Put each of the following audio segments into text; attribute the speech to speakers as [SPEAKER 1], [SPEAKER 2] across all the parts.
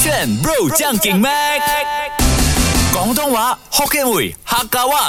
[SPEAKER 1] 选 bro 将劲 mac，广东话 Hokkien 语客家话。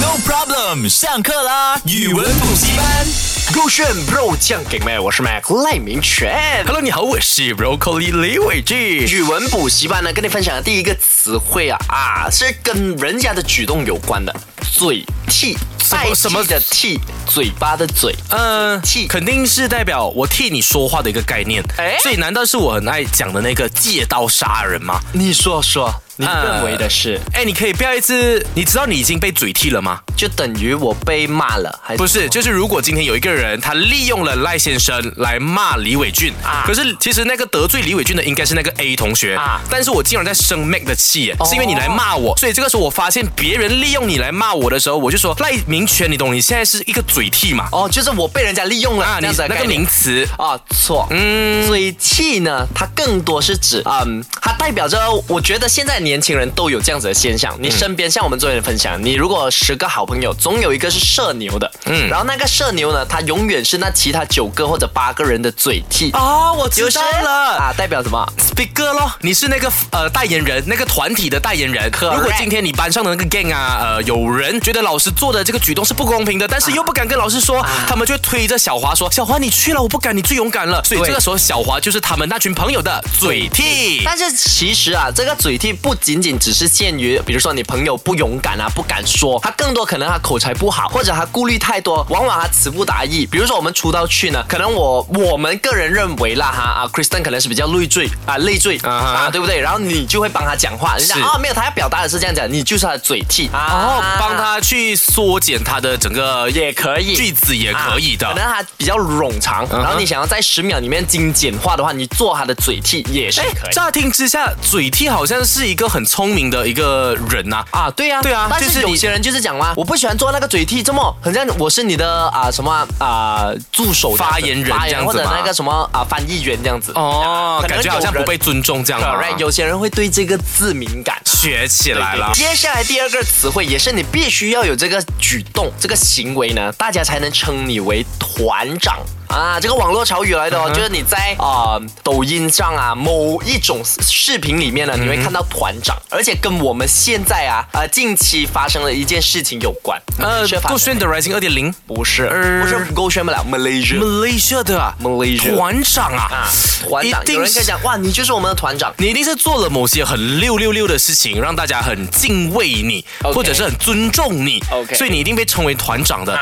[SPEAKER 1] No problem，上课啦！语文补习班。
[SPEAKER 2] 勾选 bro 酱给妹，我是 Mac 赖明全。
[SPEAKER 1] Hello，你好，我是 Broccoli 李伟俊。
[SPEAKER 2] 语文补习班呢，跟你分享的第一个词汇啊啊，是跟人家的举动有关的，嘴替，
[SPEAKER 1] 么
[SPEAKER 2] 代
[SPEAKER 1] 什么
[SPEAKER 2] 替的替，嘴巴的嘴。
[SPEAKER 3] 嗯、
[SPEAKER 2] 替
[SPEAKER 3] 肯定是代表我替你说话的一个概念。
[SPEAKER 2] 哎
[SPEAKER 3] 所以难道是我很爱讲的那个借刀杀人吗？
[SPEAKER 2] 你说说，你
[SPEAKER 3] 啊
[SPEAKER 2] 认为的是，
[SPEAKER 3] 哎，你可以不要一直，你知道你已经被嘴替了吗？
[SPEAKER 2] 就等于我被骂了，还是
[SPEAKER 3] 不是，就是如果今天有一个人他利用了赖先生来骂李伟俊
[SPEAKER 2] 啊
[SPEAKER 3] 可是其实那个得罪李伟俊的应该是那个 A 同学
[SPEAKER 2] 啊哦
[SPEAKER 3] 但是我竟然在生 Mac 的气耶，是因为你来骂我，所以这个时候我发现别人利用你来骂我的时候，我就说赖明权，你懂，你现在是一个嘴替嘛？
[SPEAKER 2] 哦，就是我被人家利用了、
[SPEAKER 3] 啊，
[SPEAKER 2] 这
[SPEAKER 3] 你
[SPEAKER 2] 样子的
[SPEAKER 3] 那
[SPEAKER 2] 概
[SPEAKER 3] 个
[SPEAKER 2] 念
[SPEAKER 3] 名词
[SPEAKER 2] 啊，错，嗯，所以气呢，它更多是指，嗯，它代表着，我觉得现在年轻人都有这样子的现象。你身边像我们昨天分享，你如果十个好朋友，总有一个是社牛的，嗯，然后那个社牛呢，他永远是那其他九个或者八个人的嘴替，
[SPEAKER 3] 啊，我
[SPEAKER 2] 有时啊，代表什么？
[SPEAKER 3] speaker 咯，你是那个呃代言人，那个团体的代言人。
[SPEAKER 2] Correct
[SPEAKER 3] 如果今天你班上的那个 gang 啊，呃，有人觉得老师做的这个举动是不公平的，但是又不敢跟老师说，
[SPEAKER 2] 啊
[SPEAKER 3] 他们就会推着小华说：“小华你去了，我不敢，你最勇敢了。”所以
[SPEAKER 2] 对
[SPEAKER 3] 这个时候，小华就是他们那群朋友的嘴替。
[SPEAKER 2] 但是其实啊，这个嘴替不仅仅只是限于，比如说你朋友不勇敢啊，不敢说，他更多可能他口才不好，或者他顾虑太多，往往他词不达意。比如说我们出道去呢，可能我我们个人认为啦哈啊，Kristen 可能是比较累赘啊累赘
[SPEAKER 3] 啊哈
[SPEAKER 2] 啊，对不对？然后你就会帮他讲话，人家
[SPEAKER 3] 是
[SPEAKER 2] 啊没有，他要表达的是这样讲，你就是他的嘴替啊，
[SPEAKER 3] 然后哦帮他去缩减他的整个
[SPEAKER 2] 也可以
[SPEAKER 3] 句子也可以的啊
[SPEAKER 2] 啊可。能他比较冗长，然后你想要在十秒里面精简化的话，你做他的嘴替也是
[SPEAKER 3] 哎
[SPEAKER 2] 可以。
[SPEAKER 3] 乍听之下，嘴替好像是一个很聪明的一个人呐、
[SPEAKER 2] 啊，对呀、
[SPEAKER 3] 对啊
[SPEAKER 2] 但
[SPEAKER 3] 就是是你
[SPEAKER 2] 有些人就是讲啦，我不喜欢做那个嘴替，这么很像我是你的啊、什么啊、助手这样子、
[SPEAKER 3] 发言人
[SPEAKER 2] 发
[SPEAKER 3] 这样子
[SPEAKER 2] 或者
[SPEAKER 3] 吗
[SPEAKER 2] 那个什么啊、翻译员这样子。
[SPEAKER 3] 哦，
[SPEAKER 2] 可能
[SPEAKER 3] 感觉好像
[SPEAKER 2] 有人
[SPEAKER 3] 不被尊重这样啊
[SPEAKER 2] Correct，有些人会对这个字敏感。
[SPEAKER 3] 学起来了。
[SPEAKER 2] 接下来第二个词汇也是你必须要有这个举动、这个行为呢，大家才能称你为团长啊。这个网络潮语来的
[SPEAKER 3] 嗯
[SPEAKER 2] 哦，就是你在啊、呃抖音上啊某一种视频里
[SPEAKER 3] 嗯
[SPEAKER 2] 面呢，你会看到团长，而且跟我们现在啊呃近期发生的一件事情有关。
[SPEAKER 3] 呃
[SPEAKER 2] 缺，乏
[SPEAKER 3] 够炫的 Rising 二点零
[SPEAKER 2] 不是，
[SPEAKER 3] 呃
[SPEAKER 2] 不是勾选不了 Malaysia
[SPEAKER 3] ，Malaysia 的啊
[SPEAKER 2] Malaysia
[SPEAKER 3] 团长啊
[SPEAKER 2] 啊，，团长
[SPEAKER 3] 一定
[SPEAKER 2] 有人跟你
[SPEAKER 3] 是
[SPEAKER 2] 讲哇，你就是我们的团长。
[SPEAKER 3] 你一定是做了某些很六六六的事情，让大家很敬畏你
[SPEAKER 2] OK
[SPEAKER 3] 或者是很尊重你
[SPEAKER 2] OK
[SPEAKER 3] 所以你一定被称为团长的。
[SPEAKER 2] 啊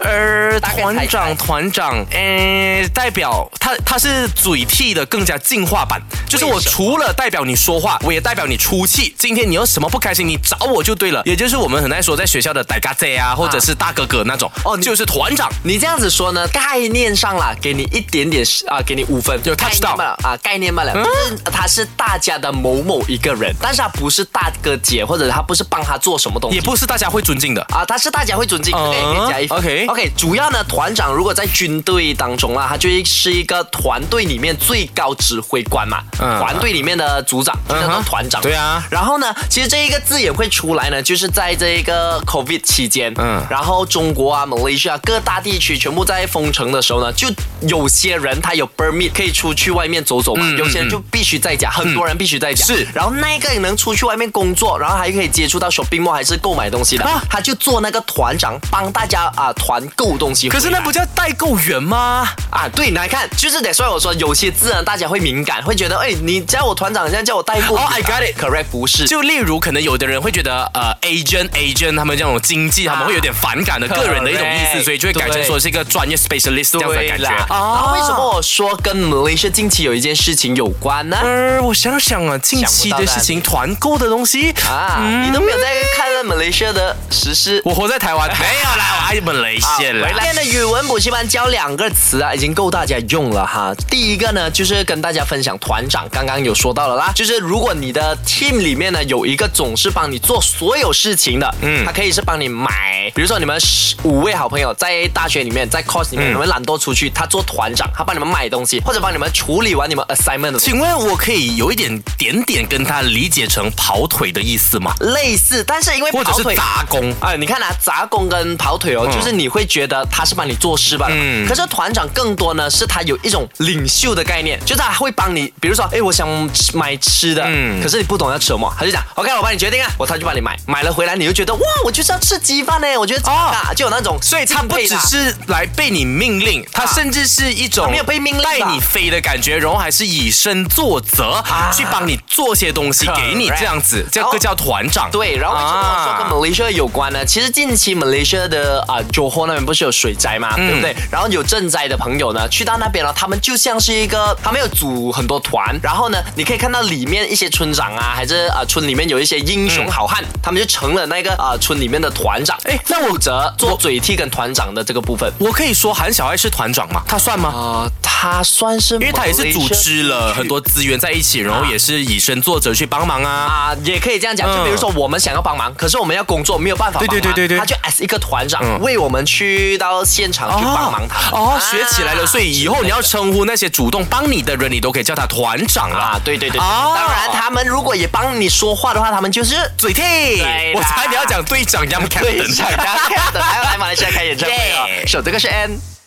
[SPEAKER 3] 呃，
[SPEAKER 2] 大概猜
[SPEAKER 3] 团
[SPEAKER 2] 猜
[SPEAKER 3] 长，团长，呃，代表他他是嘴替的更加进化版，就是我
[SPEAKER 2] 为什么
[SPEAKER 3] 除了代表你说话，我也代表你出气。今天你有什么不开心，你找我就对了，也就是我们很爱说在学校的大嘎姐啊，或者是大哥哥那种，哦，就是团长。
[SPEAKER 2] 啊你这样子说呢，概念上啦，给你一点点啊，给你五分，
[SPEAKER 3] 有 touch
[SPEAKER 2] 概
[SPEAKER 3] 到
[SPEAKER 2] 念罢了啊，概念罢了，就是他是大家的某某一个人，但是他不是大哥姐，或者他不是帮他做什么东西
[SPEAKER 3] 也。不是大家会尊敬的。
[SPEAKER 2] 啊，他是大家会尊敬，这
[SPEAKER 3] 嗯
[SPEAKER 2] 个也可以加一分。
[SPEAKER 3] OK
[SPEAKER 2] OK，主要呢，团长如果在军队当中啊，他就是一个团队里面最高指挥官嘛，
[SPEAKER 3] 嗯
[SPEAKER 2] 团队里面的组长就叫
[SPEAKER 3] 嗯
[SPEAKER 2] 做
[SPEAKER 3] 哼
[SPEAKER 2] 团长。
[SPEAKER 3] 对啊
[SPEAKER 2] 然后呢，其实这一个字也会出来呢，就是在这一个 COVID 期间，嗯
[SPEAKER 3] 嗯，
[SPEAKER 2] 然后中国啊、马来西亚各大地区全部在封城的时候呢，就有些人他有 permit 可以出去外面走走嘛，有些人就必须在家，很多人必须在家。
[SPEAKER 3] 嗯是
[SPEAKER 2] 然后那个能出去外面工作，然后还可以接触到 shopping mall 还是购买东西的，
[SPEAKER 3] 啊
[SPEAKER 2] 他就做那个团长，帮大家啊团购东西回
[SPEAKER 3] 可
[SPEAKER 2] 来。
[SPEAKER 3] 是那不叫代购员吗？
[SPEAKER 2] 啊，对，你来看，就是得所以我说有些字呢，大家会敏感，会觉得，哎，你叫我团长，现在叫我代购。
[SPEAKER 3] 哦，I got it
[SPEAKER 2] Correct，不是。
[SPEAKER 3] 就例如，可能有的人会觉得，呃，agent agent 他们这种经济，他们会有点反感的
[SPEAKER 2] Correct
[SPEAKER 3] 个人的一种意思，所以就会改成
[SPEAKER 2] 对
[SPEAKER 3] 说是一个专业 specialist 这样子的感
[SPEAKER 2] 对啦，
[SPEAKER 3] 觉。
[SPEAKER 2] 啊，为什么我说跟 Malaysia 近期有一件事情有关呢？
[SPEAKER 3] 呃，我想想啊，近期的事情，团购的东西，
[SPEAKER 2] 啊，
[SPEAKER 3] 嗯
[SPEAKER 2] 你都没有在看 Malaysia 的实施。
[SPEAKER 3] 我活在台湾没有啦，我爱马来
[SPEAKER 2] 啊
[SPEAKER 3] 西亚啦
[SPEAKER 2] 回。来今天的语文补习班教两个词啊，已经够大家用了哈。第一个呢，就是跟大家分享团长刚刚有说到了啦，就是如果你的 team 里面呢有一个总是帮你做所有事情的，嗯，他可以是帮你买谁。比如说你们十五位好朋友在大学里面，在 course
[SPEAKER 3] 嗯
[SPEAKER 2] 里面，你们懒惰出去，他做团长，他帮你们买东西，或者帮你们处理完你们 assignment 的东西。
[SPEAKER 3] 请问我可以有一点点点跟他理解成跑腿的意思吗？
[SPEAKER 2] 类似，但是因为
[SPEAKER 3] 或者
[SPEAKER 2] 跑
[SPEAKER 3] 是
[SPEAKER 2] 腿
[SPEAKER 3] 杂工？
[SPEAKER 2] 哎，你看啊，杂工跟跑腿哦，就是你会觉得他是帮你做事吧？
[SPEAKER 3] 嗯
[SPEAKER 2] 可是团长更多呢，是他有一种领袖的概念，就是他会帮你，比如说，哎，我想吃买吃的，
[SPEAKER 3] 嗯
[SPEAKER 2] 可是你不懂要吃什么，他就讲，OK，我帮你决定啊，我他就帮你买，买了回来你就觉得，哇，我就是要吃鸡饭呢，我觉得啊，就有那种敬佩啦，
[SPEAKER 3] 哦所以他不只是来被你命令，他
[SPEAKER 2] 啊
[SPEAKER 3] 甚至是一种
[SPEAKER 2] 他没有被命令吧
[SPEAKER 3] 带你飞的感觉，然后还是以身作则去帮你做些东西
[SPEAKER 2] 啊 Correct
[SPEAKER 3] 给你，这样子，这
[SPEAKER 2] 然后
[SPEAKER 3] 个叫团长。
[SPEAKER 2] 对，然后为什么我
[SPEAKER 3] 啊
[SPEAKER 2] 说跟 Malaysia 有关呢？其实近期 Malaysia 的啊、Johor 那边不是有水灾嘛，对不对？然后有赈灾的朋友呢，去到那边了，他们就像是一个，他们有组很多团，然后呢，你可以看到里面一些村长啊，还是啊、村里面有一些英雄好汉，他们就成了那个啊、村里面的团长。
[SPEAKER 3] 哎
[SPEAKER 2] 那我则做嘴替跟团长的这个部分。
[SPEAKER 3] 我可以说韩小爱是团长吗？他算吗？
[SPEAKER 2] 啊、他算是，
[SPEAKER 3] 因为他也是组织了很多资源在一起，然后也是以身作则去帮忙啊。
[SPEAKER 2] 啊，也可以这样讲，
[SPEAKER 3] 嗯
[SPEAKER 2] 就比如说我们想要帮忙，可是我们要工作没有办法帮忙，
[SPEAKER 3] 对对对对对嗯
[SPEAKER 2] 他就 as 一个团长、为我们去到现场去帮忙他们啊
[SPEAKER 3] 哦，学起来了，所以以后你要称呼那些主动帮你的人，你都可以叫他团长
[SPEAKER 2] 啊
[SPEAKER 3] 啦。，
[SPEAKER 2] 对对对，
[SPEAKER 3] 哦
[SPEAKER 2] 当然他们如果也帮你说话的话，他们就是
[SPEAKER 3] 嘴替
[SPEAKER 2] 啦，
[SPEAKER 3] 我猜你要讲队长 y u
[SPEAKER 2] 队长，大家看的还要来马来西亚开演唱会哦
[SPEAKER 3] Yeah。
[SPEAKER 2] 首这个是 N。